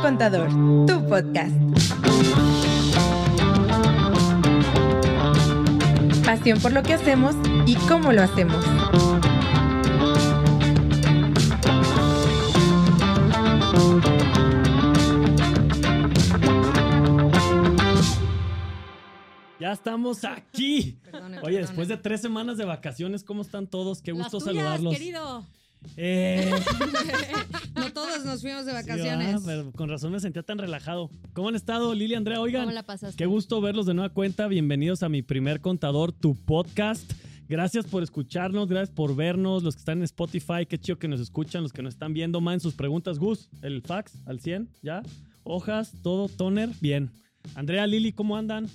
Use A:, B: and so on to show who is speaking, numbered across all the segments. A: Contador, tu podcast. Pasión por lo que hacemos y cómo lo hacemos.
B: Ya estamos aquí.
C: Perdona,
B: Oye,
C: perdona.
B: después de tres semanas de vacaciones, ¿cómo están todos? Qué gusto
C: Las tuyas,
B: saludarlos.
C: querido.
B: Eh,
C: no todos nos fuimos de
B: sí,
C: vacaciones.
B: ah, pero con razón me sentía tan relajado. ¿Cómo han estado, Lili, Andrea?
D: ¿Cómo
B: Oigan,
D: la pasaste?
B: qué gusto verlos de nueva cuenta. Bienvenidos a mi primer contador, tu podcast. Gracias por escucharnos, gracias por vernos. Los que están en Spotify, qué chido que nos escuchan. Los que nos están viendo, manden sus preguntas. Gus, el fax al 100, ya. Hojas, todo, toner, bien. Andrea, Lili, ¿cómo andan?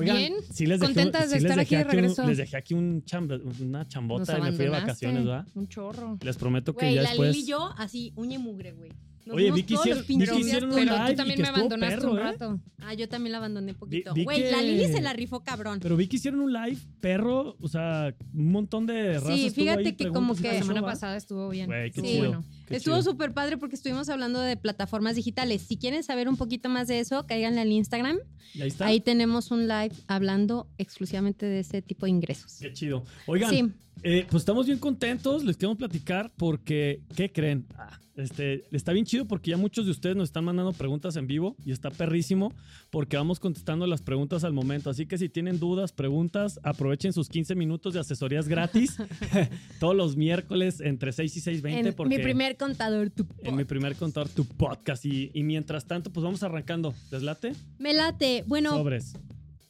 D: Bien,
B: sí les
D: contentas de
B: les
D: estar
B: dejé
D: aquí de regreso.
B: Un, les dejé aquí un chamba- una
D: Nos
B: chambota y me fui de
D: abandonaste.
B: vacaciones, ¿verdad?
D: Un chorro.
B: Les prometo que
E: Güey,
B: ya
E: la
B: después.
E: Lili y yo, así, uña y mugre, güey. Nos
B: Oye,
E: vimos
B: vi que
E: todos
B: hicieron,
E: los
B: vi que
E: pinches días,
B: hicieron un
D: Pero
B: live
D: tú
B: y
D: también
B: que
D: me
B: estuvo
D: abandonaste
B: perro,
D: un
B: ¿eh?
D: rato.
E: Ah, yo también la abandoné poquito.
B: Vi- vi
E: Güey,
B: que-
E: la Lili se la rifó cabrón.
B: Pero vi que hicieron un live perro, o sea, un montón de razas. estuvo
E: fíjate
B: ahí,
E: que
B: preguntas
E: como
B: y
E: que
B: todo
D: La
B: el
D: semana
B: show, ¿ah?
D: pasada estuvo bien.
B: Güey, qué
D: Estuvo
E: chido.
D: bueno.
B: Qué
E: Estuvo
B: chido.
E: súper padre porque estuvimos hablando de plataformas digitales. Si quieren saber un poquito más de eso, cáiganle al Instagram.
B: Y ahí está.
E: Ahí tenemos un live hablando exclusivamente de ese tipo de ingresos.
B: Qué chido. Oigan,
E: Sí,
B: eh, pues estamos bien contentos, les queremos platicar porque, ¿qué creen? Ah, este, está bien chido porque ya muchos de ustedes nos están mandando preguntas en vivo y está perrísimo porque vamos contestando las preguntas al momento. Así que si tienen dudas, preguntas, aprovechen sus 15 minutos de asesorías gratis todos los miércoles entre 6 y 6.20
E: en
B: porque...
E: mi primer contador, tu
B: En mi primer contador, tu podcast. Y, y mientras tanto, pues vamos arrancando. ¿Les late?
E: Me late. Bueno,
B: Sobres.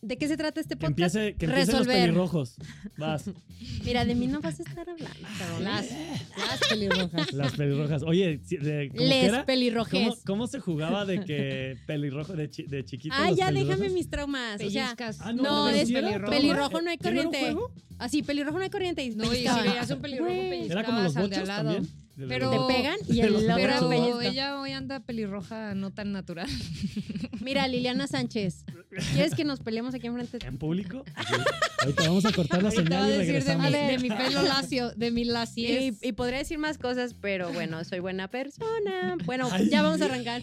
E: ¿de qué se trata este
B: Que
E: podcast?
B: empiece, que empiecen los
E: resolver.
B: pelirrojos. Vas,
E: Mira, de mí no vas a estar
B: Ah,
E: hablando. cabrón.
D: Las, las pelirrojas.
B: las pelirrojas. Oye, si- de- ¿cómo, que
E: Les
B: era? ¿Cómo,
E: pelirrojes.
B: cómo se jugaba de que pelirrojo de, chi- de chiquito?
E: Ah,
B: los
E: ya
B: pelirrojos?
E: déjame mis traumas. O sea,
D: Pellizcas.
B: Ah,
E: no,
B: ¿pero
E: es
B: sí era?
E: pelirrojo.
B: ¿Pero era?
E: Pelirrojo no hay
B: ¿Ya era un
E: corriente.
B: juego?
E: así, pelirrojo no hay corriente. Y pues
D: No, y si
E: pellizcaban.
D: veías un pelirrojo,
E: Güey.
B: Era como los
D: pellizcabas al de al
B: bochos
D: lado.
B: también. De
D: Pero-
B: los-
E: Te pegan y el
B: Los
E: otro
D: Pero
E: pellizca.
D: ella hoy anda pelirroja no tan natural.
E: Mira, Liliana Sánchez, ¿quieres que nos peleemos aquí enfrente?
B: ¿En público? Sí. Ahorita vamos a cortar la
D: Ahorita
B: señal
D: va
B: y
D: a decir de
B: regresamos.
D: mi, de mi pelo lacio, de mi laciez.
E: Y, y podría decir más cosas, pero bueno, soy buena persona. Bueno,
B: Ay.
E: ya vamos a arrancar.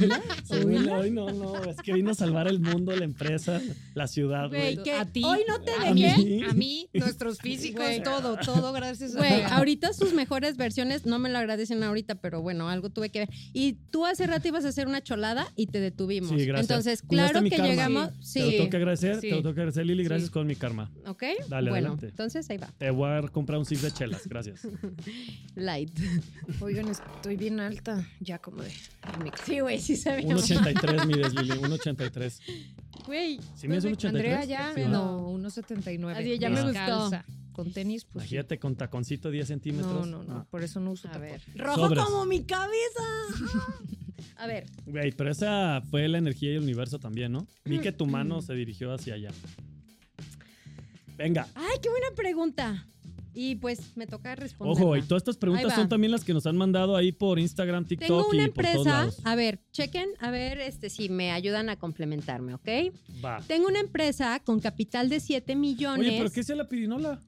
B: Hola, hola, hoy no, no. Es que vino a salvar el mundo, la empresa, la ciudad, güey.
E: Güey, que
D: A ti.
E: hoy no te
B: A
E: dejé.
B: mí.
D: A mí, nuestros físicos,
E: Güey.
D: todo, todo gracias a
E: Güey,
D: Andrea.
E: ahorita sus mejores versiones no me lo agradecen ahorita, pero bueno, algo tuve que ver. Y tú hace rato ibas a hacer una cholada y te detuvimos.
B: Sí, gracias.
E: Entonces,
B: Cuidaste
E: claro
B: mi
E: que
B: karma.
E: llegamos.
B: Te lo
E: Sí.
B: tengo que agradecer,
D: Sí.
B: te lo tengo que agradecer, Lili. Gracias
D: Sí.
B: con mi karma.
E: ¿Ok?
B: Dale,
E: bueno,
B: adelante.
E: entonces ahí va.
B: Te voy a comprar un six de chelas, gracias.
E: Light.
D: Oigan, estoy bien alta. Ya como de.
E: Sí, güey, sí sabíamos.
B: 1.83 mides, Lili,
E: Pues
B: 1.83.
E: Güey,
B: Si mides 1.83.
D: Andrea ya,
B: sí, ¿verdad?
D: no, 1.79.
E: Así, ya me
D: Descalza. Con tenis, pues. sí.
B: Imagínate con taconcito 10
D: No,
B: centímetros.
D: no, no,
B: Ah.
D: por eso no uso
E: a ver.
D: tacones.
E: Rojo
B: Sobres.
E: como mi cabeza. A ver,
B: Güey, pero esa fue la energía y el universo también, ¿no? Vi que tu mano se dirigió hacia allá. Venga.
E: ay, qué buena pregunta. Y pues me toca responder.
B: Ojo, y todas estas
E: Ahí
B: preguntas
E: va.
B: son también las que nos han mandado ahí por Instagram, TikTok
E: Tengo una
B: y por todos
E: empresa.
B: lados.
E: A ver, chequen, a ver este, si me ayudan a complementarme, ¿ok?
B: Va.
E: Tengo una empresa con capital de 7 millones.
B: Oye, ¿pero qué es la pirinola?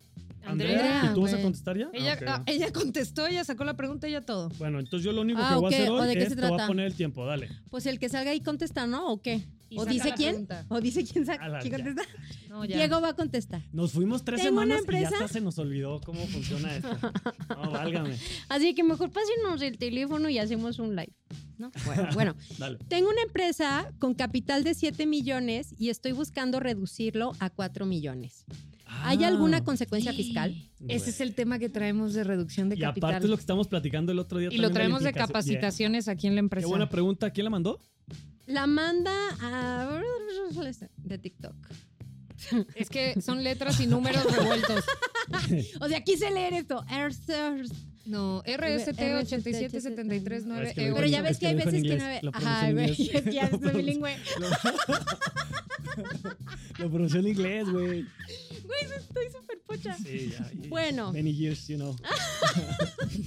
D: Andrea,
B: ¿y tú vas a
D: güey.
B: contestar ya?
D: Ella,
B: Ah, ok,
D: ah,
B: va.
D: ella contestó, ella sacó la pregunta, ella todo.
B: Bueno, entonces yo lo único
E: Ah,
B: que voy
E: ok,
B: a hacer
E: ¿o de
B: hoy
E: qué
B: es
E: se
B: te voy a
E: trata?
B: poner el tiempo, dale.
E: Pues el que salga ahí contesta, ¿no? ¿O qué?
D: Y
E: ¿O
D: saca
E: dice
D: la
E: quién?
D: pregunta.
E: ¿O dice quién
B: A la
E: saca? ¿Quién
B: verga.
E: contesta?
D: No, ya.
E: Diego va a contestar.
B: Nos fuimos tres
E: Tengo una
B: semanas y ya
E: empresa.
B: hasta se nos olvidó cómo funciona esto. No, válgame.
E: Así que mejor pásenos el teléfono y hacemos un live. ¿no? Bueno, bueno.
B: Dale.
E: tengo una empresa con capital de 7 millones y estoy buscando reducirlo a 4 millones. ¿Hay
B: Ah,
E: alguna consecuencia fiscal?
B: güey.
D: Ese es el tema que traemos de reducción de
B: Y
D: capital.
B: aparte lo que estamos platicando el otro día
D: y lo
B: también
D: traemos
B: la
D: de
B: implicación. Bien.
D: capacitaciones aquí en la
B: Qué
D: empresa.
B: buena pregunta. ¿Quién la mandó?
E: La manda a... de TikTok.
D: Es que son letras y números revueltos.
E: O sea, quise leer esto. Er, Earth-
D: No, RST 87739
B: Es que lo dijo
E: Pero ya
B: en-
E: ves
B: es que
E: que hay
B: lo dijo en
E: veces que
B: inglés,
E: no ve.
B: lo pronunció
E: Ajá,
B: en
E: güey.
B: inglés.
E: Ya
B: Lo
E: es
B: pronunció-
E: bilingüe.
B: Lo pronunció en inglés, güey.
E: Güey, estoy súper pocha.
B: Sí, ya, ya.
E: Bueno.
B: Many years, you know.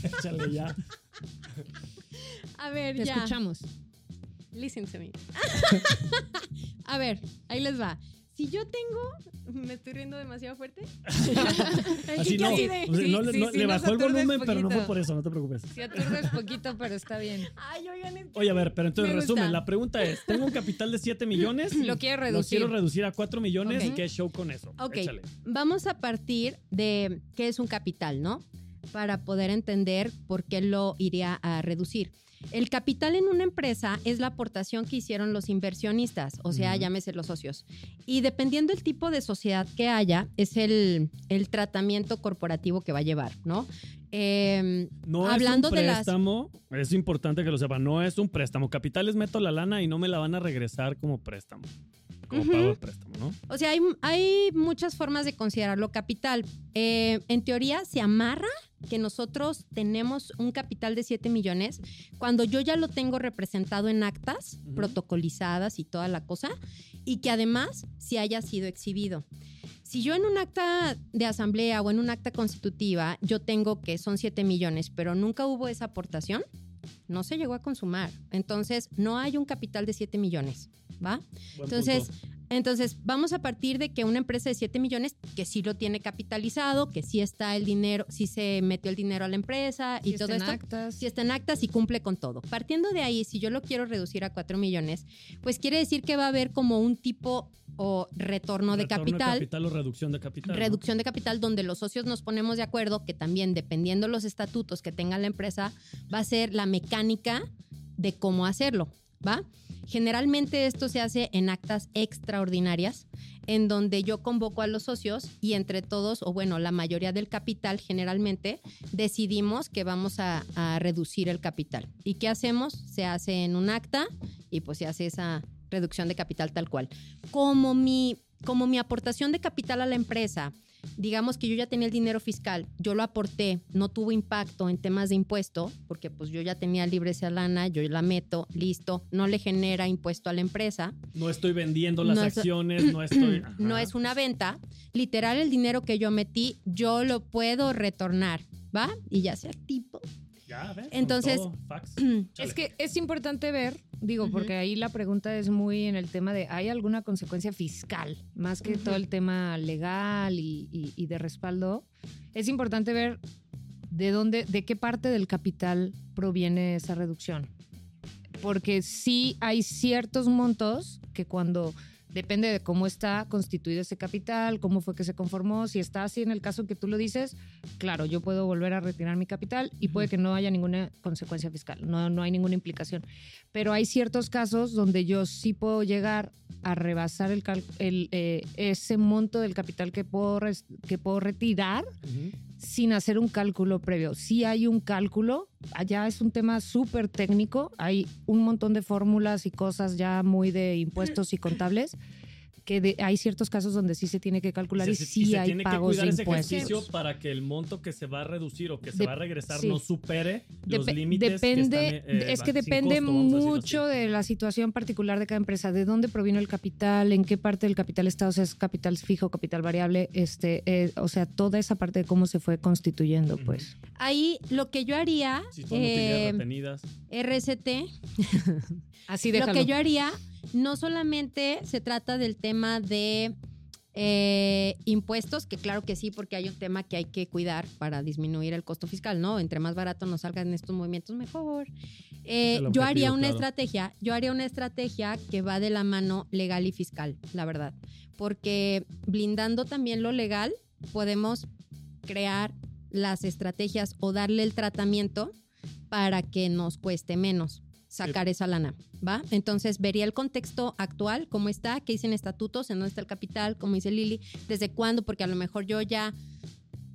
B: Échale ya.
E: A ver,
D: Te
E: ya.
D: escuchamos.
E: Listen to me. A ver, ahí les va. Si yo tengo
F: me estoy riendo demasiado fuerte.
B: Así no,
F: así
B: o sea, no le-
C: sí,
B: no-
C: sí,
B: le
C: nos
B: bajó el
C: aturdes
B: volumen, pero no fue
C: poquito.
B: por eso, no te preocupes.
D: Sí, aturdes poquito, pero está bien.
F: Ay, oigan, es que-
B: Oye, a ver, pero entonces
E: Me gusta.
B: resumen, la pregunta es, tengo un capital de 7 millones,
D: Lo quiero
B: lo
D: reducir.
B: quiero reducir a 4 millones,
E: Ok.
B: ¿qué show con eso?
E: Ok.
B: Échale.
E: Vamos a partir de qué es un capital, ¿no? Para poder entender por qué lo iría a reducir. El capital en una empresa es la aportación que hicieron los inversionistas, o sea,
B: Ujú.
E: llámese los socios. Y dependiendo del tipo de sociedad que haya, es el, el tratamiento corporativo que va a llevar, ¿no? Em,
B: No
E: Hablando
B: es un
E: de las-
B: préstamo, es importante que lo sepan, no es un préstamo. Capitales meto la lana y no me la van a regresar como préstamo, como
E: Ujú.
B: pago de préstamo, ¿no?
E: O sea, hay, hay muchas formas de considerarlo capital. Eh, en teoría, se amarra que nosotros tenemos un capital de 7 millones cuando yo ya lo tengo representado en actas
B: Ujú.
E: protocolizadas y toda la cosa, y que además se haya sido exhibido. Si yo en un acta de asamblea o en un acta constitutiva yo tengo que son 7 millones, pero nunca hubo esa aportación, no se llegó a consumar. Entonces, no hay un capital de 7 millones, ¿va?
B: Buen
E: Entonces,
B: punto.
E: entonces, vamos a partir de que una empresa de 7 millones, que sí lo tiene capitalizado, que sí está el dinero, sí se metió el dinero a la empresa y
D: Si
E: todo
D: está en
E: esto.
D: actas.
E: Si está en actas y cumple con todo. Partiendo de ahí, si yo lo quiero reducir a 4 millones, pues quiere decir que va a haber como un tipo o retorno, de
B: Retorno
E: capital,
B: o reducción de capital. ¿no?
E: reducción de capital, donde los socios nos ponemos de acuerdo que también, dependiendo los estatutos que tenga la empresa, va a ser la mecánica de cómo hacerlo, ¿va? Generalmente esto se hace en actas extraordinarias, en donde yo convoco a los socios y entre todos, o bueno, la mayoría del capital generalmente, decidimos que vamos a, a reducir el capital. ¿Y qué hacemos? Se hace en un acta y pues se hace esa reducción de capital tal cual. Como mi, como mi aportación de capital a la empresa, digamos que yo ya tenía el dinero fiscal, yo lo aporté, no tuvo impacto en temas de impuesto, porque pues yo ya tenía libre esa lana, yo la meto, listo, no le genera impuesto a la empresa,
B: No estoy vendiendo las
E: No es-
B: acciones, no estoy...
E: no
B: Ajá.
E: es una venta, literal el dinero que yo metí, yo lo puedo retornar, ¿va? Y ya sea tipo.
B: Ya, ¿ves? Con
E: Entonces-
B: todo, fax. Chale.
D: Es que es importante ver, digo,
E: Ujú.
D: porque ahí la pregunta es muy en el tema de, ¿hay alguna consecuencia fiscal? Más que todo el tema legal y, y- y de respaldo, es importante ver de dónde, de qué parte del capital proviene esa reducción. Porque sí hay ciertos montos que cuando... Depende de cómo está constituido ese capital, cómo fue que se conformó. Si está así en el caso que tú lo dices, claro, yo puedo volver a retirar mi capital y puede que no haya ninguna consecuencia fiscal, no, no hay ninguna implicación. Pero hay ciertos casos donde yo sí puedo llegar a rebasar el, cal- el, eh, ese monto del capital que puedo, res- que puedo retirar
B: Ujú.
D: sin hacer un cálculo previo. Sí hay un cálculo, allá es un tema súper técnico, hay un montón de fórmulas y cosas ya muy de impuestos y contables, que de- hay ciertos casos donde sí se tiene que calcular y,
B: se-
D: sí
B: se
D: hay
B: tiene que
D: pagos
B: cuidar
D: de
B: ese
D: impuestos.
B: ejercicio para que el monto que se va a reducir o que se
D: De-
B: va a regresar
D: sí.
B: no supere los
D: Depe-
B: límites.
D: depende,
B: que están, eh,
D: es que
B: sin
D: depende
B: costo, vamos a decirlo
D: mucho de la situación particular de cada empresa, de dónde provino el capital, en qué parte del capital está, o sea, es capital fijo, capital variable, este, eh, o sea, toda esa parte de cómo se fue constituyendo,
B: Ujú.
D: pues.
E: Ahí lo que yo haría,
B: así. Si son
E: eh,
B: utilidades retenidas.
E: RCT,
D: Así
E: Lo que yo haría, no solamente se trata del tema de eh, impuestos, que claro que sí, porque hay un tema que hay que cuidar para disminuir el costo fiscal, ¿no? Entre más barato nos salgan estos movimientos, mejor. Eh,
B: Es el
E: yo
B: objetivo,
E: haría una
B: claro.
E: estrategia, yo haría una estrategia que va de la mano legal y fiscal, la verdad. Porque blindando también lo legal, podemos crear las estrategias o darle el tratamiento para que nos cueste menos sacar esa lana, ¿va? Entonces vería el contexto actual, cómo está, qué dicen estatutos, en dónde está el capital, como dice Lili, desde cuándo, porque a lo mejor yo ya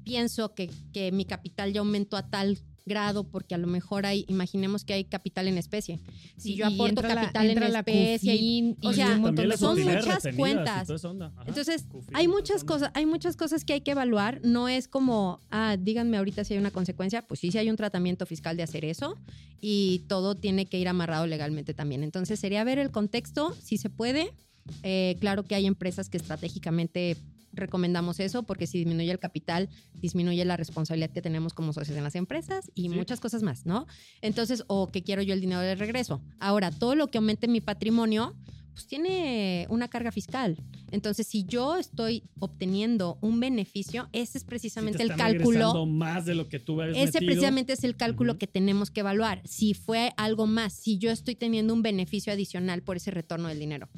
E: pienso que, que mi capital ya aumentó a tal grado, porque a lo mejor hay, imaginemos que hay capital en especie. Si yo aporto capital en especie y o sea,
D: un
B: También
D: montón de
B: las
E: son
D: cosas.
B: utilidades
E: muchas
B: retenidas y
E: cuentas.
B: toda esa onda. Ajá.
E: Entonces,
B: Cufin,
E: hay
B: toda
E: muchas
B: esa onda.
E: cosas, hay muchas cosas que hay que evaluar. No es como, ah, díganme ahorita si hay una consecuencia. Pues sí, sí hay un tratamiento fiscal de hacer eso y todo tiene que ir amarrado legalmente también. Entonces, sería ver el contexto, si se puede. Eh, claro que hay empresas que estratégicamente recomendamos eso porque si disminuye el capital, disminuye la responsabilidad que tenemos como socios en las empresas
B: Sí.
E: y muchas cosas más, ¿no? Entonces, o que quiero yo el dinero de regreso. Ahora, todo lo que aumente mi patrimonio, pues tiene una carga fiscal. Entonces, si yo estoy obteniendo un beneficio, ese es precisamente el cálculo.
B: más de lo que tú habías
E: Ese
B: pues, metido.
E: precisamente es el cálculo
B: Ujú.
E: que tenemos que evaluar. Si fue algo más, si yo estoy teniendo un beneficio adicional por ese retorno del dinero.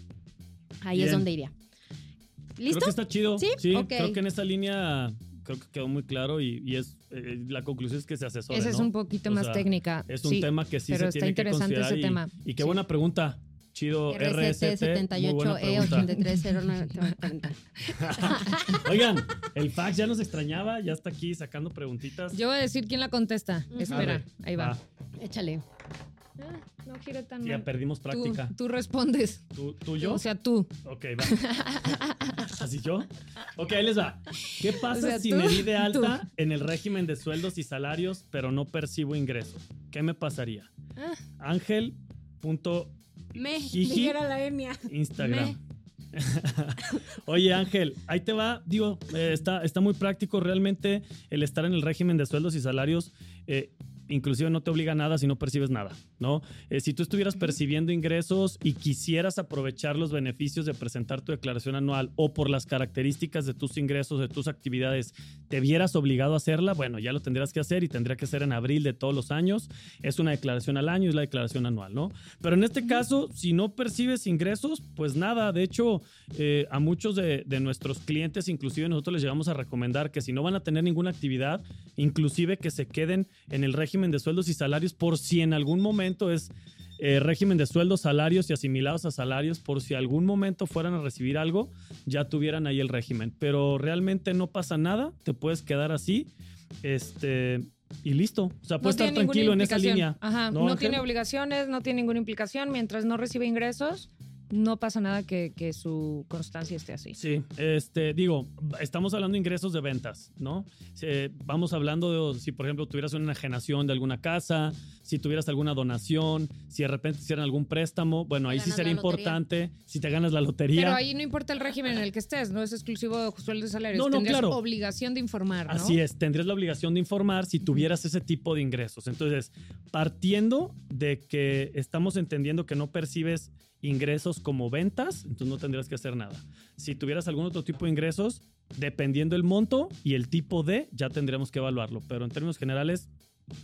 E: Ahí es
B: Bien.
E: donde iría.
B: Creo
E: ¿Listo?
B: que está chido.
E: ¿Sí?
B: Sí,
E: Ok.
B: creo que en esta línea creo que quedó muy claro y, y es eh, la conclusión es que se asesora.
D: Esa es
B: ¿no?
D: un poquito
B: O
D: más
B: sea,
D: técnica.
B: Es un
D: Sí.
B: tema que sí
D: pero
B: se
D: está
B: tiene que
D: interesante
B: considerar
D: ese
B: y,
D: tema.
B: y qué
D: Sí.
B: buena pregunta. Chido,
E: RCT
B: RST. muy
D: E,
B: buena
E: E
B: pregunta.
E: 78E830940.
B: Oigan, el fax ya nos extrañaba, ya está aquí sacando preguntitas.
D: Yo voy a decir quién la contesta.
E: Ujú.
B: A
D: Espera,
B: ver,
D: ahí va.
B: va.
E: Échale.
D: no gira tan
B: Ya perdimos
D: Tú,
B: práctica.
D: tú respondes.
B: ¿Tú, tú yo?
D: O sea, tú.
B: ok, va. ¿Así yo? Ok, ahí les va. ¿Qué pasa
D: O sea,
B: si
D: tú,
B: me di de
D: tú.
B: alta en el régimen de sueldos y salarios, pero no percibo ingreso? ¿Qué me pasaría?
E: Ah.
B: Ángel. Punto
E: Me.
B: jiji,
F: Dijera la etnia.
B: Instagram. Oye Ángel, ahí te va, digo, eh, está, está muy práctico realmente el estar en el régimen de sueldos y salarios. eh, Inclusive no te obliga a nada si no percibes nada, ¿no? Eh, si tú estuvieras percibiendo ingresos y quisieras aprovechar los beneficios de presentar tu declaración anual o por las características de tus ingresos, de tus actividades, te vieras obligado a hacerla, bueno, ya lo tendrías que hacer y tendría que ser en abril de todos los años. Es una declaración al año, es la declaración anual, ¿no? Pero en este caso, si no percibes ingresos, pues nada. De hecho, eh, a muchos de, de nuestros clientes, inclusive nosotros les llegamos a recomendar que si no van a tener ninguna actividad, inclusive que se queden en el régimen de sueldos y salarios por si en algún momento es eh, régimen de sueldos, salarios y asimilados a salarios, por si algún momento fueran a recibir algo, ya tuvieran ahí el régimen. Pero realmente no pasa nada, te puedes quedar así. Este. Y listo. O sea, puedes estar
D: tiene ninguna
B: tranquilo en esa
D: implicación.
B: línea.
D: Ajá,
B: ¿no,
D: no,
B: Ángel?
D: tiene obligaciones, no tiene ninguna implicación. Mientras no recibe ingresos, no pasa nada que, que su constancia esté así.
B: Sí, este, digo, estamos hablando de ingresos de ventas, ¿no? Eh, vamos hablando de si, por ejemplo, tuvieras una enajenación de alguna casa, si tuvieras alguna donación, si de repente hicieran algún préstamo, bueno, ahí sí
E: ganas la
B: sería
E: lotería.
B: importante, si te ganas la lotería.
D: Pero ahí no importa el régimen en el que estés, no es exclusivo de sueldos y salarios.
B: No, no,
D: Tendrías
B: claro.
D: obligación de informar, ¿no?
B: Así es, tendrías la obligación de informar si tuvieras ese tipo de ingresos. Entonces, partiendo de que estamos entendiendo que no percibes ingresos como ventas, entonces no tendrías que hacer nada. Si tuvieras algún otro tipo de ingresos, dependiendo el monto y el tipo de, ya tendríamos que evaluarlo. Pero en términos generales,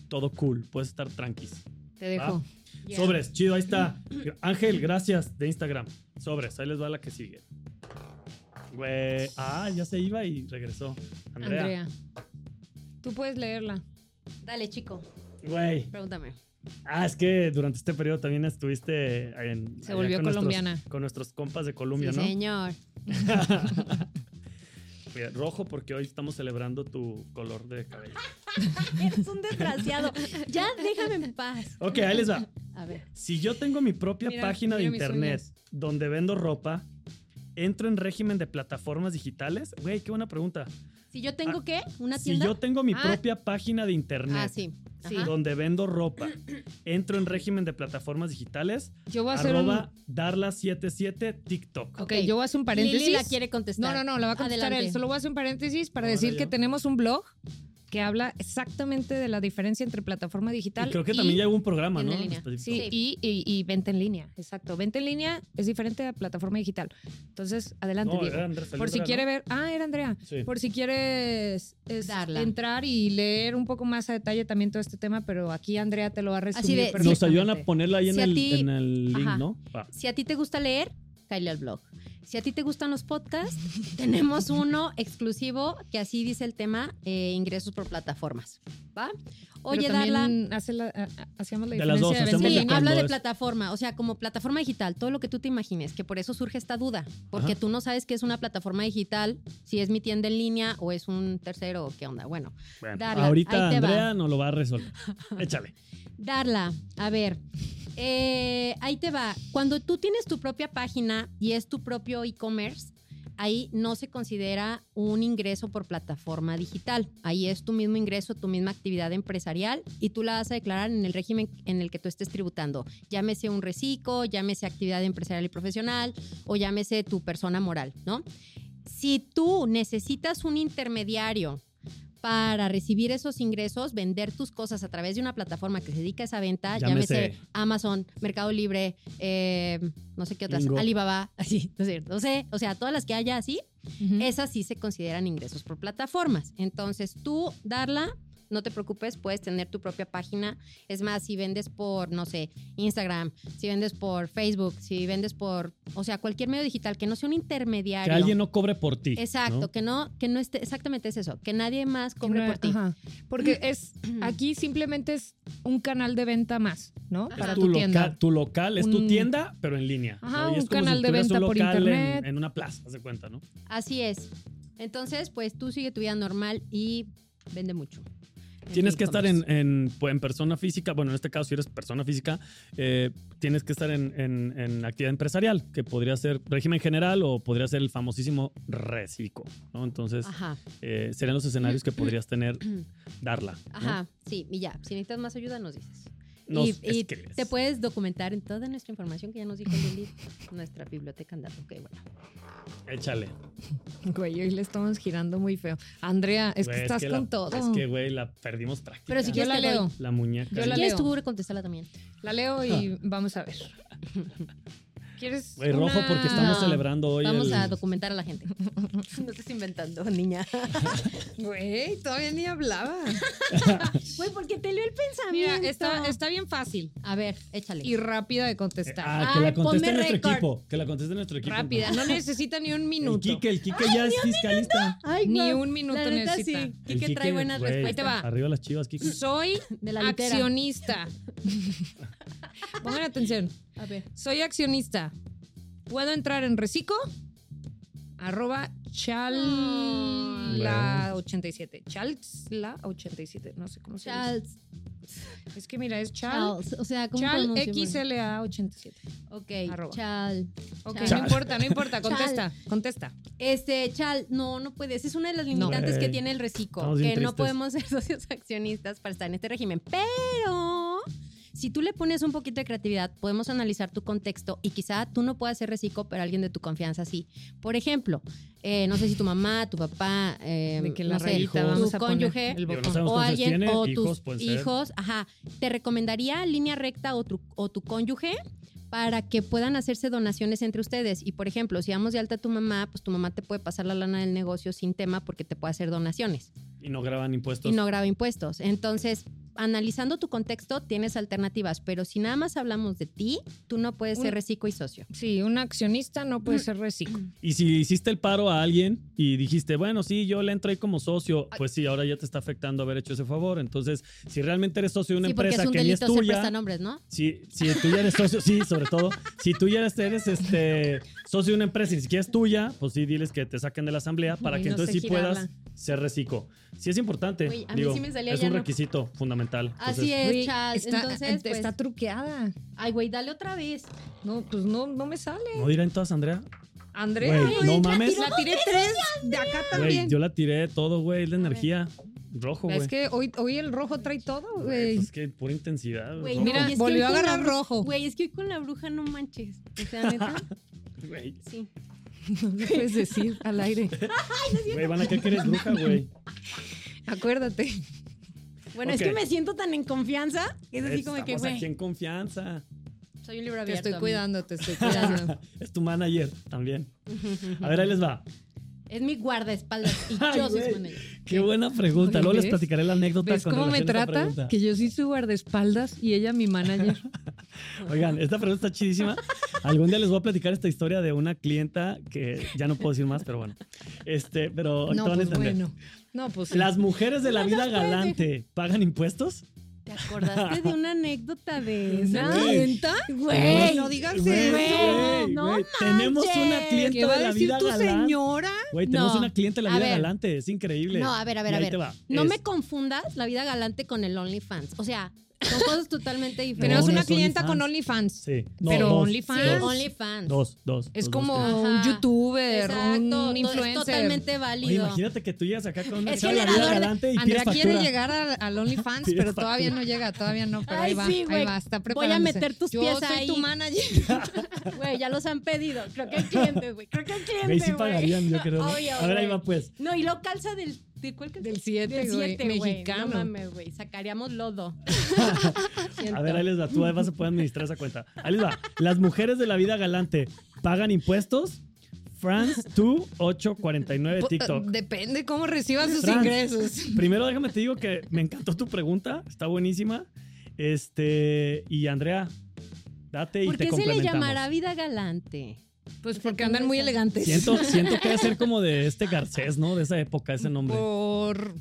B: todo cool, puedes estar tranquis.
D: Te dejo.
B: Va. Sobres, chido, ahí está. Ángel, gracias de Instagram. Sobres, ahí les va la que sigue. Güey, ah, ya se iba y regresó. Andrea.
D: Andrea. Tú puedes leerla.
E: Dale, chico,
B: Güey.
E: pregúntame.
B: Ah, es que durante este periodo también estuviste en.
D: Se
B: allá
D: volvió
B: nuestros-
D: colombiana.
B: con nuestros compas de Colombia,
E: sí,
B: ¿no?
E: señor.
B: Mira, rojo porque hoy estamos celebrando tu color de cabello.
E: Eres un desgraciado. Ya déjame en paz.
B: Ok, ahí les va.
E: A ver.
B: Si yo tengo mi propia
D: Mira,
B: página de
D: mira mis
B: internet donde vendo ropa, ¿entro en régimen de plataformas digitales? Güey, qué buena pregunta.
E: Si yo tengo
B: Ah,
E: qué? ¿Una
B: Si
E: tienda?
B: yo tengo mi
D: Ah.
B: propia página de internet
E: ah, sí.
D: Sí.
E: Ajá.
B: donde vendo ropa, ¿entro en régimen de plataformas digitales?
D: Yo voy a hacer un.
B: Arroba darla77 TikTok.
D: Ok, yo voy a hacer un paréntesis.
E: Lili la quiere contestar.
D: No, no, no, la va a contestar
E: Adelante.
D: él. Solo voy a hacer un paréntesis para
B: Ahora
D: decir
B: yo.
D: que tenemos un blog que habla exactamente de la diferencia entre plataforma digital
B: Y creo que también ya hubo un programa,
E: en
B: ¿no?
E: la línea.
B: Específico.
D: Sí, y, y- y venta en línea, exacto. Venta en línea es diferente a plataforma digital. Entonces, adelante,
B: No,
D: Diego.
B: era Andrés
D: Por si
B: Salitre,
D: quiere
B: ¿no?
D: ver. Ah, era Andrea.
B: Sí.
D: Por si quieres es,
E: Darla.
D: entrar y leer un poco más a detalle también todo este tema, pero aquí Andrea te lo va a resumir.
E: Así de-
B: Nos ayudan a
D: perfectamente.
B: ponerla ahí en,
E: Si a
B: el,
E: ti-
B: en el link,
E: Ajá.
B: ¿no? Va.
E: Si a ti te gusta leer, cállale al blog. Si a ti te gustan los podcasts, tenemos uno exclusivo que así dice el tema eh, ingresos por plataformas. ¿Va?
D: Pero
E: Oye,
D: también
E: Darla.
D: hace la- a- a- hacíamos la
B: De las
D: diferencia
B: dos,
D: de
B: hacemos
D: venta en
E: Sí,
B: de
D: línea.
B: acuerdo.
E: habla de
B: es.
E: plataforma, o sea, como plataforma digital, todo lo que tú te imagines, que por eso surge esta duda, porque
B: Ajá.
E: tú no sabes qué es una plataforma digital, si es mi tienda en línea o es un tercero o qué onda. Bueno,
B: Bueno,
E: Darla,
B: ahorita
E: ahí te va.
B: Andrea nos lo va a resolver. Échale.
E: Darla, a ver, eh, ahí te va. Cuando tú tienes tu propia página y es tu propio e-commerce, ahí no se considera un ingreso por plataforma digital. Ahí es tu mismo ingreso, tu misma actividad empresarial y tú la vas a declarar en el régimen en el que tú estés tributando. Llámese un reciclo, llámese actividad empresarial y profesional o llámese tu persona moral, ¿no? Si tú necesitas un intermediario para recibir esos ingresos, vender tus cosas a través de una plataforma que se dedica a esa venta,
B: Llámese.
E: llámese, Amazon, Mercado Libre, eh, no sé qué otras,
B: Bingo.
E: Alibaba, así, no sé, no sé, o sea, todas las que haya así,
D: Ujú.
E: esas sí se consideran ingresos por plataformas. Entonces, tú darla, no te preocupes, puedes tener tu propia página. Es más, si vendes por, no sé, Instagram, si vendes por Facebook, si vendes por, o sea, cualquier medio digital que no sea un
B: Que
E: intermediario.
B: alguien no cobre por ti.
E: Exacto,
B: ¿no?
E: que no, que no esté, exactamente es eso, que nadie más cobre
D: No,
E: por ti.
D: ajá. Porque es aquí simplemente es un canal de venta más, ¿no?
E: Es
D: Para
B: tu,
D: tu,
B: loca-
D: tienda.
B: tu local, es tu
D: Un-
B: tienda, pero en línea.
D: Ajá,
B: ¿no? Y es
D: un
B: como
D: canal
B: si
D: de
B: tuvieras un
D: venta por
B: local en-
D: internet.
B: En, una plaza, haz de cuenta, ¿no?
E: Así es. Entonces, pues tú sigue tu vida normal y vende mucho. En
B: Tienes que estar en,
E: e-commerce.
B: en, pues, en persona física, bueno, en este caso, si eres persona física, eh, tienes que estar en, en- en actividad empresarial, que podría ser régimen general o podría ser el famosísimo reciclo, ¿no? Entonces,
E: Ajá,
B: eh, serían los escenarios que podrías tener, darla. ¿no?
E: ajá, sí, y ya. Si necesitas más ayuda, nos dices.
B: Nos
E: y, y
B: escribes.
E: te puedes documentar en toda nuestra información que ya nos dijo Lili, nuestra biblioteca andando. Ok, bueno.
B: Échale.
D: Güey, hoy le estamos girando muy feo. Andrea, es
B: Güey,
D: que estás
B: la-
D: con todo.
B: Es que, güey, la perdimos práctica.
E: Pero si
D: Yo
E: quieres
D: la
E: te doy.
D: leo,
B: La muñeca.
D: Yo
E: Si
D: la
E: quieres
D: leo.
E: tú, contéstala también.
D: la leo y vamos a ver. ¿Quieres
B: Ah. Güey, rojo
D: una-
B: porque estamos
E: No.
B: celebrando hoy
E: Vamos
B: el-
E: a documentar a la gente. no estés inventando, niña.
C: Güey, todavía ni hablaba.
E: Güey, porque te leo el
D: Mira,
E: pensamiento.
D: está, está bien fácil
E: A ver, échale.
D: y rápida de contestar.
B: Ah, que la
E: Ay,
B: conteste
E: ponme
B: nuestro
E: récord.
B: equipo. Que la conteste nuestro equipo.
D: Rápida, no necesita ni un
B: El
D: minuto.
B: Kike, el Kike ya es fiscalista.
E: Ay,
D: Ni
E: guau.
D: un minuto
E: La neta,
D: necesita.
E: sí.
B: El
E: Quique trae buenas
B: güey,
E: respuestas.
D: Ahí te va.
B: Arriba las chivas, Kike.
D: Soy
E: De la litera.
D: accionista. Pongan atención.
E: A ver.
D: Soy accionista. ¿Puedo entrar en Recico? Arroba challa87. Chalsla87. No sé cómo se dice.
E: Charles.
D: Es que mira, es chal.
E: Charles. O sea, ¿cómo
D: Chal
E: pronunciamos?
D: XLA87.
E: Ok,
D: Arroba.
E: Chal.
D: Ok,
E: Chal.
D: no importa, no importa. Contesta, contesta.
E: Este, Chal, no, no puedes. Es una de las limitantes
B: No.
E: que tiene el reciclo,
B: Estamos
E: que
B: bien
E: no
B: tristes.
E: podemos ser socios accionistas para estar en este régimen. Pero si tú le pones un poquito de creatividad, podemos analizar tu contexto y quizá tú no puedas ser reciclo, pero alguien de tu confianza sí. Por ejemplo, eh, no sé si tu mamá, tu papá, eh,
D: De que la
E: no sé,
D: rayita,
E: tu
D: vamos a poner
E: cónyuge,
D: el
B: Digo, no
D: botón.
B: sabemos
E: o
B: cuántos
E: alguien
B: tiene,
E: o
B: hijos,
E: tus
B: pueden ser.
E: hijos, ajá, te recomendaría línea recta o tu, o tu cónyuge para que puedan hacerse donaciones entre ustedes. Y por ejemplo, si damos de alta a tu mamá, pues tu mamá te puede pasar la lana del negocio sin tema porque te puede hacer donaciones
B: Y no graban impuestos.
E: y no graba impuestos. Entonces, analizando tu contexto, tienes alternativas, pero si nada más hablamos de ti, tú no puedes
D: Un-
E: ser reciclo y socio.
D: Sí, un accionista no
E: Mm.
D: puede ser Recico.
B: Y si hiciste el paro a alguien y dijiste, bueno, sí, yo le entro ahí como socio,
E: Ah.
B: pues sí, ahora ya te está afectando haber hecho ese favor. Entonces, si realmente eres socio de una
E: sí, porque
B: empresa
E: es un
B: que ni es
E: delito ser
B: tuya,
E: prestanombres, ¿no?
B: si, si tú ya eres socio, sí, sobre todo, si tú ya eres, eres, este, socio de una empresa y ni siquiera es tuya, pues sí, diles que te saquen de la asamblea para
D: Ay,
B: que
D: no sé
B: entonces sí
D: girarla.
B: puedas ser reciclo. Sí es importante,
E: Uy, a mí
B: digo,
E: sí me salía
B: es
E: ya
B: un
E: no-
B: requisito fundamental. Entonces,
E: Así
D: Güey,
E: es, Chal.
D: está,
E: Entonces, pues,
D: está truqueada.
E: ay, güey, dale otra vez.
D: No, pues no, no me sale.
B: ¿No dirán todas, Andrea?
D: Andrea,
B: Güey, no mames.
D: la tiré tres de acá
B: Güey,
D: también.
B: yo la tiré todo, güey, es la energía. Rojo, güey.
D: Es que hoy, hoy el rojo trae todo,
B: Güey,
D: güey.
B: pues Es que pura intensidad.
E: Güey,
B: rojo,
D: Mira,
E: y es que
D: volvió a
E: hoy con
D: agarrar
E: la bru-
D: rojo.
E: Güey, es que hoy con la bruja no manches. O sea, neta,
B: Pues, güey.
E: sí.
D: No lo puedes decir al aire.
B: Güey, van a creer que eres bruja, güey.
D: Acuérdate.
E: Bueno,
B: Ok.
E: es que me siento tan en confianza que es así como que,
B: Estamos aquí
E: güey,
B: en confianza.
E: soy un libro
D: Te
E: abierto.
D: estoy
E: amigo.
D: cuidando, te estoy cuidando.
B: Es tu manager también. A ver, ahí les va.
E: Es mi guardaespaldas y
B: Ay,
E: yo soy
B: güey.
E: su manager.
B: Qué buena pregunta. Luego les
D: ¿Ves?
B: platicaré la anécdota
D: ¿Ves
B: con
D: cómo me
B: relación a esta
D: trata?
B: pregunta.
D: Que yo soy su guardaespaldas y ella mi manager.
B: Oigan, esta pregunta está chidísima. Algún día les voy a platicar esta historia de una clienta que ya no puedo decir más, pero bueno. Este, pero ahorita
D: No,
B: van a
D: pues
B: entender.
D: bueno. No, pues sí.
B: Las mujeres de la vida galante pagan impuestos.
E: ¿Te acordaste de una anécdota de esa?
D: ¿Neta? Güey, no digas
B: Güey,
D: eso.
B: güey,
E: no
B: güey. Tenemos una
D: ¿Qué
B: clienta
D: va
B: de
D: a
B: la
D: decir
B: vida
D: tu
B: galante.
D: señora?
B: Güey, tenemos
E: No.
B: una clienta de la
E: A
B: vida
E: ver.
B: galante. Es increíble.
E: No, a ver, a ver,
B: Y
E: a
B: ahí
E: ver.
B: te va.
E: No
B: Es-
E: me confundas la vida galante con el OnlyFans. O sea, son cosas totalmente diferentes.
D: Tenemos
B: no
D: una
B: es
D: clienta
B: OnlyFans.
D: con OnlyFans.
B: Sí. No,
D: Pero
B: dos,
D: OnlyFans.
B: dos,
E: OnlyFans.
B: Dos, dos.
D: Es
B: dos,
D: como
B: dos, tres.
D: un
E: Ajá.
D: youtuber,
E: Exacto,
D: un
E: to- Es
D: influencer.
E: totalmente
B: Oye,
E: válido.
B: imagínate que tú llegas acá con una
E: Es
B: chava de la vida
E: generador de-
B: galante y
D: Andrea
B: pides
D: quiere
B: factura.
D: llegar al, al OnlyFans,
B: Pides
D: pero todavía
B: factura.
D: no llega, todavía no, pero
E: Ay,
D: ahí va,
E: sí,
D: ahí
E: güey.
D: va, está
E: Voy a
D: preparándose.
E: meter tus
D: Yo
E: pies
D: soy
E: ahí.
D: tu manager.
E: Güey, ya los han pedido. Creo que hay clientes, güey. Creo que hay
B: Güey, sí
E: clientes, güey.
B: pagarían, yo creo. ¿no?
E: Obvio,
B: a ver, ahí
E: güey.
B: va pues.
E: No, y lo calza del
F: ¿De cuál canción?
D: Del 7, güey.
F: siete, güey.
D: Mexicano.
F: No mames, güey.
E: Sacaríamos lodo.
B: A ver, ahí les va. Tú además se puede administrar esa cuenta. Ahí les va. Las mujeres de la vida galante pagan impuestos. France 2849
D: Po-
B: TikTok.
D: Depende cómo reciban sus
B: Trans.
D: ingresos.
B: Primero déjame te digo que me encantó tu pregunta, está buenísima. Este, y Andrea, date y
E: ¿Por
B: te
E: qué se le
B: complementamos.
E: llamará vida galante?
D: Pues porque andan muy elegantes.
B: Siento, siento que debe ser como de este Garcés, ¿no? De esa época, ese nombre.
D: Por.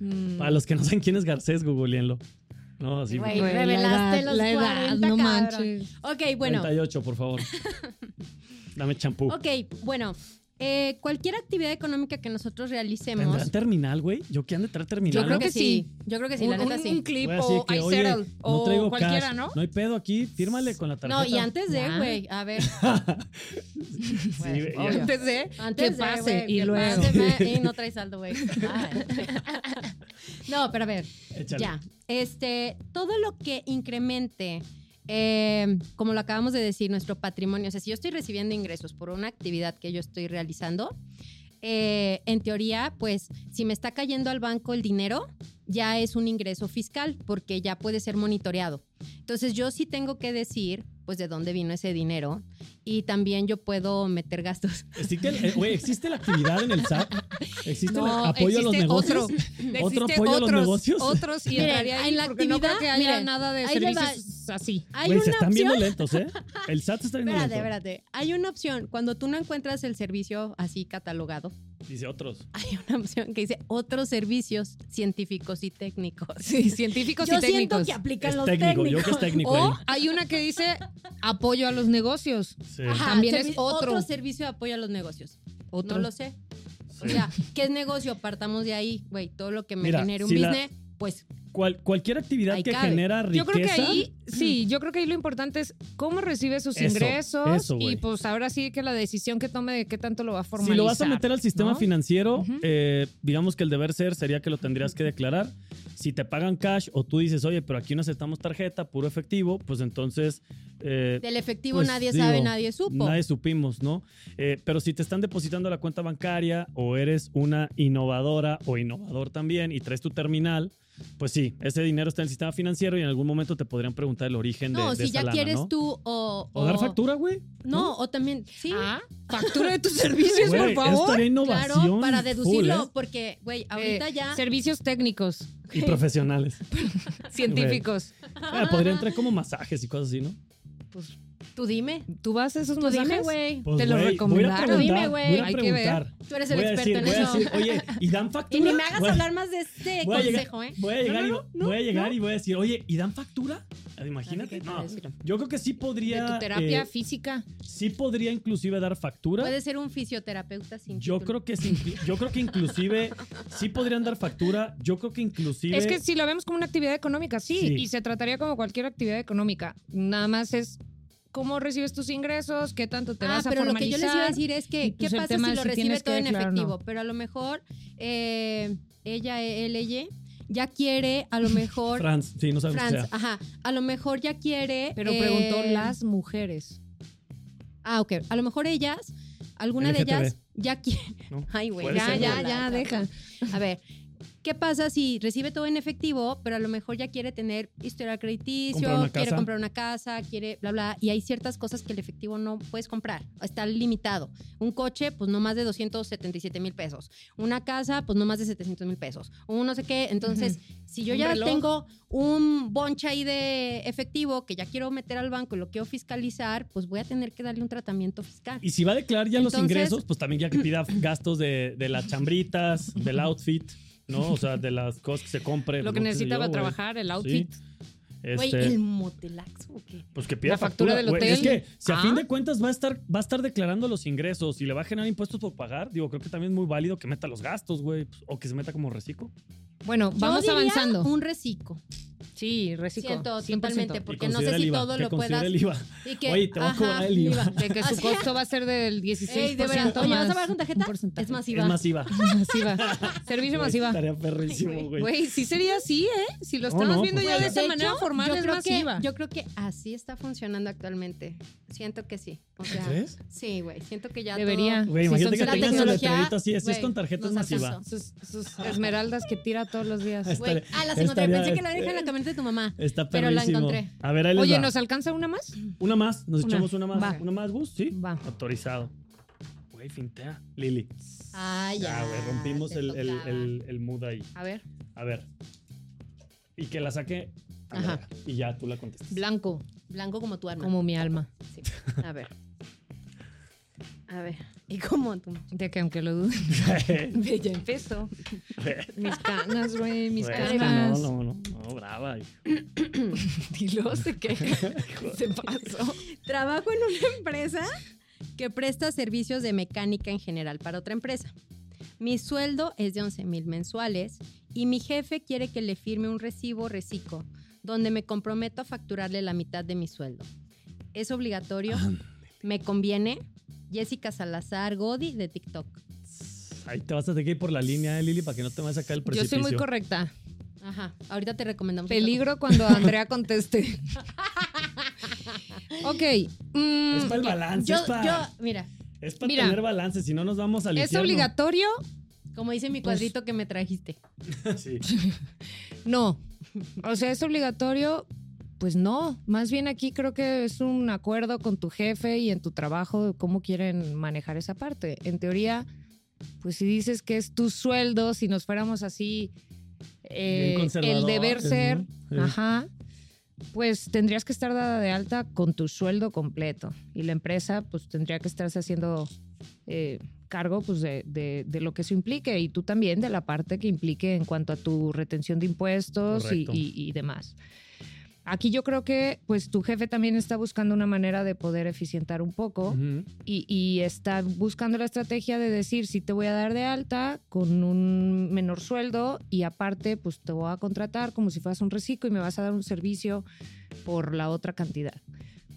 D: mm,
B: Para los que no saben quién es Garcés, googleenlo. No, así.
E: Güey,
D: güey, la
E: revelaste
D: edad,
E: los
D: la edad,
E: 40,
D: no
E: cabrón.
D: manches.
E: Ok, bueno.
B: 38, por favor. Dame champú.
E: Ok, bueno. eh, cualquier actividad económica que nosotros realicemos.
B: ¿Tendrán terminal, güey? ¿Yo qué han de traer terminal?
D: Yo creo
B: ¿no?
D: que sí.
E: Yo creo que sí, la
D: un,
E: neta
D: un-
E: sí.
D: un clip
B: Voy a decir
D: o
B: que,
D: I
B: oye,
D: settle
B: no
D: o
B: traigo
D: cualquiera,
B: cash.
D: ¿no?
B: No hay pedo aquí, fírmale con la tarjeta.
E: No, y antes pues, de,
D: Ya.
E: güey, a ver.
B: Sí, güey, ya.
D: Antes de
E: Antes
D: que
E: de,
D: pase
E: güey,
D: y
E: que
D: luego. Ah.
E: pase, ma- y no traes saldo, güey. Ay. No, pero a ver,
B: Échale.
E: ya. Este, todo lo que incremente, eh, como lo acabamos de decir, nuestro patrimonio. O sea, si yo estoy recibiendo ingresos por una actividad que yo estoy realizando, eh, en teoría, pues, si me está cayendo al banco el dinero, ya es un ingreso fiscal, porque ya puede ser monitoreado. Entonces, yo sí tengo que decir, pues, de dónde vino ese dinero. Y también yo puedo meter gastos.
B: Existe el- eh, güey, ¿existe la actividad en el SAT? ¿Existe el
D: No,
B: apoyo a los
D: existe
B: negocios?
D: otro.
B: ¿Otro
D: Existe
B: apoyo a los
D: otros,
B: negocios?
D: Otros y
E: Miren,
D: entraría ahí
E: en la
D: porque no creo
E: actividad,
D: que haya
E: miren,
D: nada de
E: ahí le va.
D: servicios así.
E: Hay
B: Güey,
E: una
B: se están
E: opción.
B: viendo lentos, ¿eh? El SAT se está viendo
E: Espérate,
B: lento.
E: espérate. Hay una opción. Cuando tú no encuentras el servicio así catalogado,
B: Dice otros.
E: hay una opción que dice otros servicios científicos y técnicos.
D: Sí, científicos
E: Yo
D: y
E: siento
D: técnicos.
E: que aplican
B: Es
E: los
B: técnico, yo
E: técnicos.
B: creo que es técnico ahí.
D: O hay una que dice apoyo a los negocios.
B: Sí,
E: Ajá,
D: También es
E: servi-
D: otro.
E: servicio de apoyo a los negocios.
D: Otro.
E: No lo sé. O
B: sí.
E: sea, ¿qué es negocio? Partamos de ahí, güey. Todo lo que me
B: Mira,
E: genere un
B: si la-
E: business, pues
B: Cual- cualquier actividad
E: Ahí
B: que
E: cabe.
B: genera riqueza. Mm.
D: Yo creo que ahí, sí, yo creo que ahí lo importante es cómo recibe sus
B: Eso,
D: ingresos
B: eso, güey.
D: y pues ahora sí que la decisión que tome de qué tanto lo va a formalizar.
B: si lo vas a meter al sistema
D: ¿no?
B: financiero,
D: Ujú.
B: eh, digamos que el deber ser sería que lo tendrías que declarar. Si te pagan cash o tú dices, oye, pero aquí no aceptamos tarjeta, puro efectivo, pues entonces eh,
E: del efectivo
B: Pues,
E: nadie
B: digo,
E: sabe, nadie supo.
B: Nadie supimos, ¿no? Eh, pero si te están depositando a la cuenta bancaria o eres una innovadora o innovador también y traes tu terminal, pues sí, ese dinero está en el sistema financiero y en algún momento te podrían preguntar el origen de,
E: no,
B: de
E: si
B: esa
E: ya
B: lana,
E: quieres
B: ¿no?
E: tú o,
B: O dar factura, güey.
E: No, o también sí.
D: Ah, factura de tus servicios,
B: Güey,
D: por favor.
B: esto era innovación.
E: Claro, para
B: full,
E: deducirlo,
B: ¿eh?
E: porque, güey, ahorita
D: Eh,
E: ya.
D: Servicios técnicos,
B: Y profesionales.
D: científicos.
B: Ah, podría entrar como masajes y cosas así, ¿no?
D: Pues,
E: Tú dime.
D: ¿Tú vas a esos
E: Tú dime,
D: masajes?
E: güey.
B: Pues,
D: Te lo
B: güey, Voy a
D: recomendaron. Dime,
B: preguntar,
D: güey,
B: voy a
D: hay que
B: preguntar.
E: Tú eres el
B: Voy a
E: experto
B: decir,
E: en
B: voy a
E: eso.
B: decir, oye, ¿y dan
E: y
B: factura?
E: ni me hagas
B: Voy a-
E: hablar más de este
B: voy a llegar-
E: consejo, ¿eh?
B: Voy a llegar, y-
E: No, no, no,
B: voy a
E: no,
B: llegar y voy a decir, oye, ¿y dan factura? Ah, Imagínate.
E: Ay, qué
B: No,
E: padre.
B: Yo creo que sí
D: De
B: podría.
D: tu terapia
B: eh,
D: física.
B: sí podría inclusive dar factura.
E: Puede ser un fisioterapeuta sin
B: Yo
E: título.
B: creo que sí, yo creo que inclusive sí podrían dar factura. Yo creo que inclusive.
D: Es que si lo vemos como una actividad económica, sí,
B: Sí.
D: y se trataría como cualquier actividad económica. Nada más es cómo recibes tus ingresos, qué tanto te
E: ah,
D: vas a
E: pero lo que yo
D: formalizar.
E: les iba a decir es que,
D: Y,
E: ¿qué
D: pues, el
E: pasa si
D: tema
E: lo
D: es si
E: recibe
D: tienes que
E: todo en
D: declarar o no.
E: efectivo? Pero a lo mejor eh, ella, él, ella, ya quiere, a lo mejor.
B: Franz, sí, no sabes
E: Franz,
B: qué
D: ah,
B: sea.
E: ajá, a lo mejor ya quiere.
D: Pero
E: eh,
D: preguntó las mujeres.
E: Ah, ok. A lo mejor ellas, alguna de
B: LGTB.
E: ellas, ya quiere.
B: ¿no?
E: Ay, güey.
B: Puede ser,
D: güey. La-
E: A ver, ¿qué pasa si recibe todo en efectivo, pero a lo mejor ya quiere tener historial crediticio,
B: Comprar una
E: quiere
B: casa.
E: comprar una casa, quiere bla, bla, y hay ciertas cosas que el efectivo no puedes comprar, está limitado. Un coche, pues no más de 277 mil pesos. Una casa, pues no más de 700 mil pesos. Un no sé qué. Entonces, si yo
D: Un
E: ya
D: reloj.
E: tengo un bonche ahí de efectivo que ya quiero meter al banco y lo quiero fiscalizar, pues voy a tener que darle un tratamiento fiscal.
B: Y si va a declarar ya los
E: Entonces-
B: ingresos, pues también ya que pida gastos de, de las chambritas, del outfit, ¿no? O sea, de las cosas que se compre.
D: Lo
B: pues,
D: que
B: no sé
D: necesitaba
B: yo, güey.
D: trabajar, el outfit.
B: Sí.
E: Güey,
B: Este,
E: el motelax o qué.
B: Pues que pida
D: La factura del
B: güey.
D: hotel.
B: Es que si a
D: Ah.
B: fin de cuentas va a estar, va a estar declarando los ingresos y le va a generar impuestos por pagar, digo, creo que también es muy válido que meta los gastos, güey. pues, o que se meta como reciclo.
D: Bueno,
E: Yo
D: vamos
E: diría
D: avanzando.
E: Un reciclo.
D: Sí, reciclo.
E: Siento
D: 100%.
E: totalmente,
B: Y
E: porque no sé
B: considera
E: si
B: el IVA,
E: todo
B: que
E: lo
B: considera
E: puedas.
B: el IVA.
E: Y que,
B: Oye, te voy a cobrar el IVA.
D: De que su
E: Así.
D: costo va a ser del 16%.
E: Ey, de verdad. Oye, ¿vas a pagar con tarjeta?
D: un porcentaje.
E: Es masiva.
B: Es masiva.
D: Masiva. Servicio
B: Güey,
D: masiva.
B: Estaría perrísimo, güey.
D: Güey, sí sería así, ¿eh? Si
B: No,
D: lo estamos
B: no,
D: viendo
B: pues,
D: ya de
E: Pues,
D: esa
E: de
D: manera
E: hecho,
D: formal,
E: yo
D: es
E: creo que-
D: masiva.
E: yo creo que así está funcionando actualmente. Siento que sí. O sea,
B: ¿Crees?
E: Sí, güey. Siento que ya
D: Debería.
E: todo-
B: Güey,
D: Sí,
B: imagínate
D: son-
B: que
D: la
B: tengas el
E: tecnología,
B: letrerito así, así es
E: güey,
B: con tarjetas
E: nos
B: masiva.
E: alcanzó.
D: Sus, sus esmeraldas que tira todos los días.
B: Así.
E: Güey,
B: Estaría-
E: ah, las encontré.
B: estaría-
E: Pensé que la dejé en la camioneta de tu mamá.
B: Está
E: Pero la
B: perrísimo.
E: encontré.
B: A ver, ahí les
D: Oye,
B: va.
D: ¿nos alcanza una más?
B: Una más, nos
D: Una.
B: echamos una más.
D: Va.
B: Una más, Gus, sí.
D: Va.
B: Autorizado. Güey, fintea. Lili.
E: Ah, ya.
B: Ya, güey, rompimos
E: te
B: el, el,
E: tocaba.
B: el- el mood ahí.
D: A ver.
B: A ver. Y que la saque. a
E: Ajá.
B: ver, Y ya tú la contestas.
D: Blanco,
E: Blanco como tu arma.
D: como mi alma.
E: Sí. A ver. A ver. Y como tu.
D: De que aunque lo dudes.
E: Bella empezó.
D: Mis canas, güey, mis
B: Güey,
D: canas.
B: No, no, no. No, brava. hijo.
D: Y luego se que se pasó.
E: Trabajo en una empresa que presta servicios de mecánica en general para otra empresa. Mi sueldo es de 11 mil mensuales y mi jefe quiere que le firme un recibo reciclo donde me comprometo a facturarle la mitad de mi sueldo. ¿Es obligatorio?
B: Ah.
E: ¿Me conviene? Jessica Salazar Godi de TikTok.
B: Ahí te vas a seguir por la línea, eh, Lili, para que no te vayas a sacar el
D: Yo
B: precipicio.
D: soy muy correcta.
E: Ajá, ahorita te recomendamos.
D: Peligro cuando Andrea conteste. ok. mm,
B: Es para el balance.
E: Yo,
B: es para,
E: yo, mira,
B: es para
D: mira.
B: tener balance, si no nos vamos al
D: ¿Es
B: infierno.
D: obligatorio?
E: como dice mi
D: Pues-
E: cuadrito que me trajiste.
B: Sí.
D: No. O sea, ¿es obligatorio? Pues no. Más bien aquí creo que es un acuerdo con tu jefe y en tu trabajo de cómo quieren manejar esa parte. En teoría, pues si dices que es tu sueldo, si nos fuéramos así, eh,
B: Bien conservadores,
D: el deber ser,
B: ¿no? Sí.
D: ajá, pues tendrías que estar dada de alta con tu sueldo completo. Y la empresa, pues tendría que estarse haciendo eh, cargo pues, de, de- de lo que eso implique y tú también de la parte que implique en cuanto a tu retención de impuestos y,
B: Correcto.
D: y- y demás. Aquí yo creo que pues tu jefe también está buscando una manera de poder eficientar un poco
B: Ujú.
D: y, y está buscando la estrategia de decir si te voy a dar de alta con un menor sueldo y aparte pues te voy a contratar como si fueras un reciclo y me vas a dar un servicio por la otra cantidad.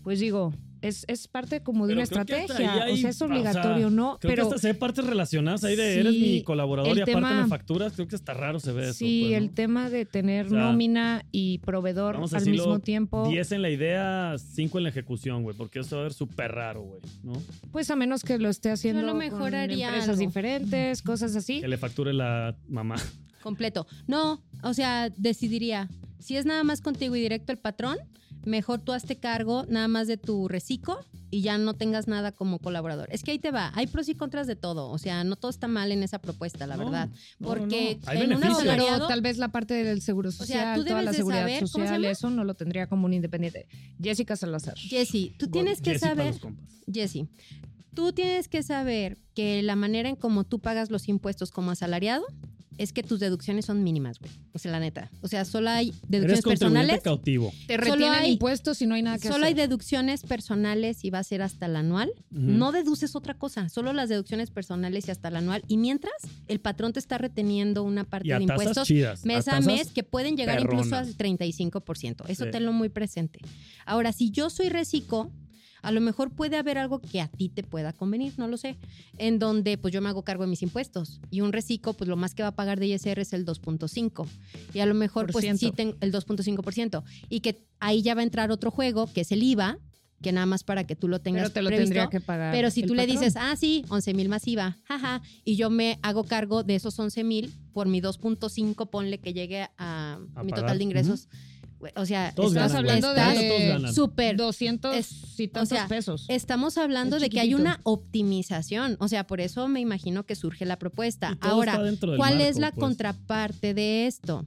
D: Pues digo, es, es parte como de
B: Pero
D: una
B: creo que hasta
D: estrategia,
B: ahí
D: o sea,
B: hay-
D: es obligatorio,
B: o sea,
D: ¿no?
B: Creo
D: Pero
B: que hasta se ve partes relacionadas ahí de eres
D: Sí,
B: mi colaborador
D: el
B: y aparte
D: tema-
B: me facturas. Creo que está raro se ve eso.
D: sí,
B: pues, ¿no?
D: el tema de tener
B: O sea,
D: nómina y proveedor
B: vamos a
D: al
B: decirlo,
D: mismo tiempo,
B: 10 en la idea, 5 en la ejecución, güey, porque eso va a ver súper raro, güey, ¿no?
D: pues a menos que lo esté haciendo
E: lo mejor
D: con
E: haría
D: empresas
E: algo.
D: diferentes, cosas así.
B: Que le facture la mamá.
E: completo. No, o sea, decidiría. Si es nada más contigo y directo el patrón, mejor tú hazte cargo nada más de tu reciclo y ya no tengas nada como colaborador. Es que ahí te va, hay pros y contras de todo, o sea, no todo está mal en esa propuesta, la
B: No,
E: verdad.
B: no,
E: Porque
B: no, no. Hay
E: en una
B: beneficios.
D: No,
E: salaria-
D: pero
E: Salariado.
D: tal vez la parte del seguro
E: sea,
D: social,
E: tú
D: toda
E: debes
D: la
E: de
D: seguridad
E: saber, ¿cómo se
D: social,
E: llama?
D: eso no lo tendría como un independiente. Jessica Salazar.
E: Jessy, tú tienes que
B: Jessy para
E: saber,
B: los compas.
E: Jessy, tú tienes que saber que la manera en cómo tú pagas los impuestos como asalariado es que tus deducciones son mínimas, güey. O sea, la neta. O sea, solo hay
B: Eres
E: deducciones
B: contribuyente
E: personales.
B: cautivo.
D: Te
E: Solo
D: retienen
E: hay-
D: impuestos y no hay nada que
E: Solo hay
D: Ah, hacer.
E: deducciones personales y va a ser hasta el anual.
B: Ujú.
E: No deduces otra cosa, solo las deducciones personales y hasta el anual. Y mientras, el patrón te está reteniendo una parte
B: y a
E: de
B: tasas
E: impuestos
B: chidas.
E: mes a
B: tasas-
E: mes que pueden llegar incluso
B: perronas.
E: al 35%. Eso
B: Sí.
E: tenlo muy presente. Ahora, si yo soy reciclo, a lo mejor puede haber algo que a ti te pueda convenir, no lo sé, en donde pues yo me hago cargo de mis impuestos y un reciclo pues lo más que va a pagar de ISR es el 2.5 y a lo mejor
D: Por
E: pues
D: ciento.
E: sí tengo el 2.5% y que ahí ya va a entrar otro juego que es el IVA, que nada más para que tú lo tengas
D: pero te lo
E: previsto.
D: tendría que pagar.
E: Pero si
D: el
E: tú le
D: patrón.
E: dices, ah, sí, 11 mil masiva, jaja, y yo me hago cargo de esos 11 mil por mi 2.5, ponle que llegue a,
B: A
E: mi
B: pagar.
E: total de ingresos. Güey, O sea,
B: Todos
E: estás
B: ganan,
D: Estás
B: güey.
D: hablando
B: Estás- todos
D: de
B: ganan.
E: súper.
D: 200
E: Es-
D: y tantos
E: o sea,
D: pesos.
E: Estamos hablando
D: Es
E: de que hay una
D: chiquitito.
E: optimización. O sea, por eso me imagino que surge la propuesta.
B: Y todo está
E: Ahora,
B: dentro del
E: ¿cuál es
B: marco,
E: la
B: pues.
E: contraparte de esto?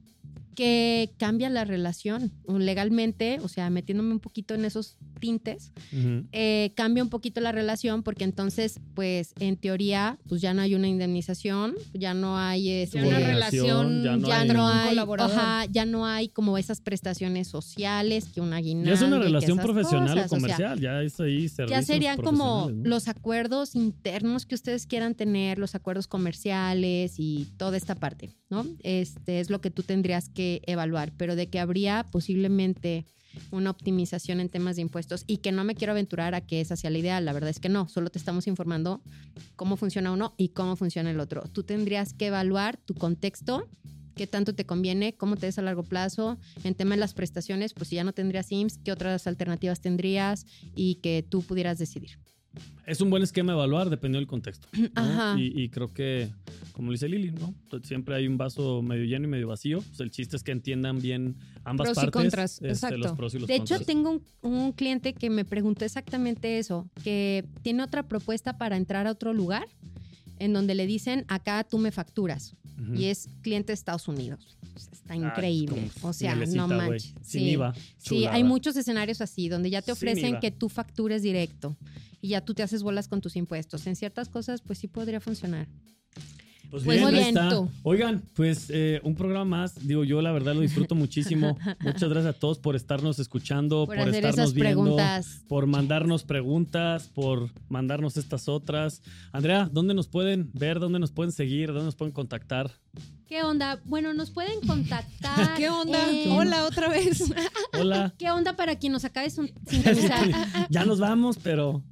E: Que cambia la relación legalmente, o sea, metiéndome un poquito en esos tintes,
B: Ujú.
E: eh, cambia un poquito la relación porque entonces, pues, en teoría, pues ya no hay una indemnización, ya no hay este,
D: Ya una
B: Subordinación,
D: relación,
B: ya no
E: ya
B: hay-
E: no
D: un
E: hay,
D: colaborador.
E: ajá, ya no hay como esas prestaciones sociales que un aguinaldo.
B: Ya es una
E: y que
B: relación
E: esas
B: profesional
E: cosas,
B: o
E: sea,
B: comercial, ya es ahí
E: ya
B: servicios
E: serían como
B: profesionales, ¿no?
E: los acuerdos internos que ustedes quieran tener, los acuerdos comerciales y toda esta parte, ¿no? Este es lo que tú tendrías que que evaluar, pero de que habría posiblemente una optimización en temas de impuestos y que no me quiero aventurar a que esa sea la ideal, la verdad es que no, solo te estamos informando cómo funciona uno y cómo funciona el otro. Tú tendrías que evaluar tu contexto, qué tanto te conviene, cómo te ves a largo plazo, en tema de las prestaciones, pues si ya no tendrías IMSS, qué otras alternativas tendrías y que tú pudieras decidir.
B: Es un buen esquema evaluar dependiendo del contexto. ¿no?
E: Ajá.
B: Y, y creo que, como lo dice Lili, ¿no? Entonces, Siempre hay un vaso medio lleno y medio vacío. Pues el chiste es que entiendan bien ambas
D: Pros y
B: partes. este,
D: contras, exacto.
B: Los pros y los
E: De hecho,
B: contras.
E: tengo un, un cliente que me preguntó exactamente eso, que tiene otra propuesta para entrar a otro lugar en donde le dicen, acá tú me facturas.
B: Ujú.
E: Y es cliente de Estados Unidos. O sea, Está
B: Ah,
E: increíble.
B: como
E: o sea,
B: mielecita,
E: no
B: güey.
E: manches.
B: Sin
E: Sí.
B: IVA.
E: Sí,
B: chulada.
E: hay muchos escenarios así, donde ya te
B: Sin
E: ofrecen
B: IVA.
E: que tú factures directo y ya tú te haces bolas con tus impuestos. En ciertas cosas, pues sí podría funcionar.
B: Pues
E: Pues muy
B: ahí
E: bien,
B: está.
E: tú.
B: Oigan, pues eh, un programa más. Digo, yo la verdad lo disfruto muchísimo. Muchas gracias a todos por estarnos escuchando, por,
E: Por, hacer
B: estarnos
E: esas
B: viendo,
E: preguntas.
B: por mandarnos preguntas, por mandarnos estas otras. Andrea, ¿dónde nos pueden ver? ¿Dónde nos pueden seguir? ¿Dónde nos pueden contactar?
E: ¿Qué onda? Bueno, nos pueden contactar.
C: ¿Qué onda?
E: en-
C: Hola otra vez.
B: Hola.
E: ¿Qué onda para quien nos acabe de sintonizar?
B: ya nos vamos, pero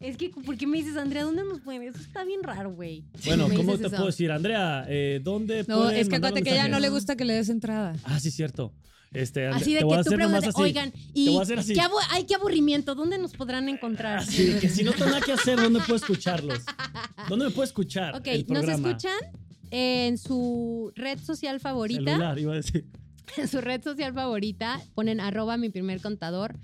E: Es que, ¿por qué me dices, Andrea, dónde nos pueden? Eso está bien raro, güey.
B: bueno,
E: Me
B: ¿cómo
E: dices
B: te
E: eso.
B: puedo decir? Andrea, eh, ¿dónde
C: No,
B: pueden
C: es que
B: mandarnos
C: acuérdate que ya no
B: mensajes?
C: le gusta que le des entrada.
B: Ah, sí, cierto. Este, Andrea,
E: Así de
B: te voy a
E: que tú
B: hacer nomás
E: preguntas,
B: así.
E: oigan,
B: Te
E: y
B: voy a hacer así.
E: ¿qué abu- ay, qué aburrimiento, ¿dónde nos podrán encontrar?
B: Así de que si no tengo nada que hacer, ¿dónde puedo escucharlos? ¿Dónde me puedo escuchar?
E: Ok,
B: el
E: nos
B: programa?
E: escuchan en su red social favorita.
B: Celular, iba a decir.
E: En su red social favorita ponen arroba mi primer contador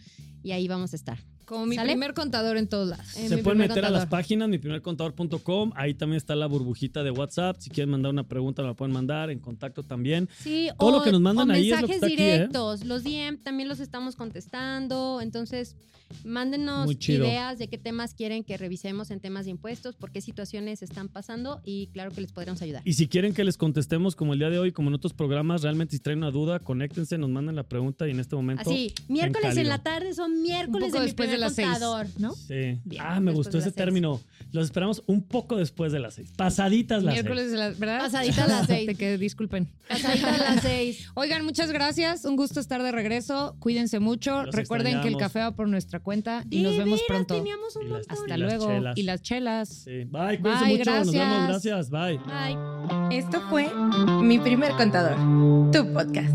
E: y ahí vamos a estar.
C: Como mi
E: ¿Sale?
C: primer contador en todos lados.
E: Eh,
B: Se
E: Mi
B: pueden
E: Primer
B: meter a las
E: Contador.
B: páginas, miprimercontador.com. Ahí también está la burbujita de WhatsApp. Si quieren mandar una pregunta, me la pueden mandar. En contacto también.
E: Sí,
B: Todo
E: o,
B: lo que nos mandan
E: o
B: ahí es lo que
E: mensajes
B: está aquí, ¿eh?
E: directos, los DM también los estamos contestando, entonces mándenos
B: Muy chido.
E: ideas de qué temas quieren que revisemos en temas de impuestos, por qué situaciones están pasando y claro que les podremos ayudar.
B: Y si quieren que les contestemos, como el día de hoy, como en otros programas, realmente si traen una duda, conéctense, nos mandan la pregunta y en este momento.
E: Así, miércoles en,
B: cálido.
E: la tarde son
D: Un
E: miércoles
D: poco
E: de mi
D: después de
E: primer
D: las seis,
E: contador.
D: ¿no?
B: Sí.
E: Bien,
B: ah, me
E: después
B: gustó
E: de
B: ese
E: las seis.
B: término. Los esperamos un poco después de las seis. Pasaditas las
C: Miércoles
B: seis.
C: de las, ¿verdad?
E: Pasadita a las
D: Te
E: seis.
D: que disculpen.
E: Pasadita a las seis.
D: Oigan, muchas gracias. Un gusto estar de regreso. Cuídense mucho.
B: Los
D: Recuerden que el
B: extrañamos.
D: café va por nuestra cuenta y nos
E: De
D: vemos
E: veras,
D: pronto.
E: Teníamos un
B: Y las-
E: montón.
D: Hasta
B: las
D: luego.
B: chelas.
D: Y las chelas.
B: Sí. Bye, cuídense
D: Bye,
B: mucho. Nos vemos. Gracias.
D: gracias.
B: Bye.
E: Bye.
A: Esto fue Mi primer contador, tu podcast.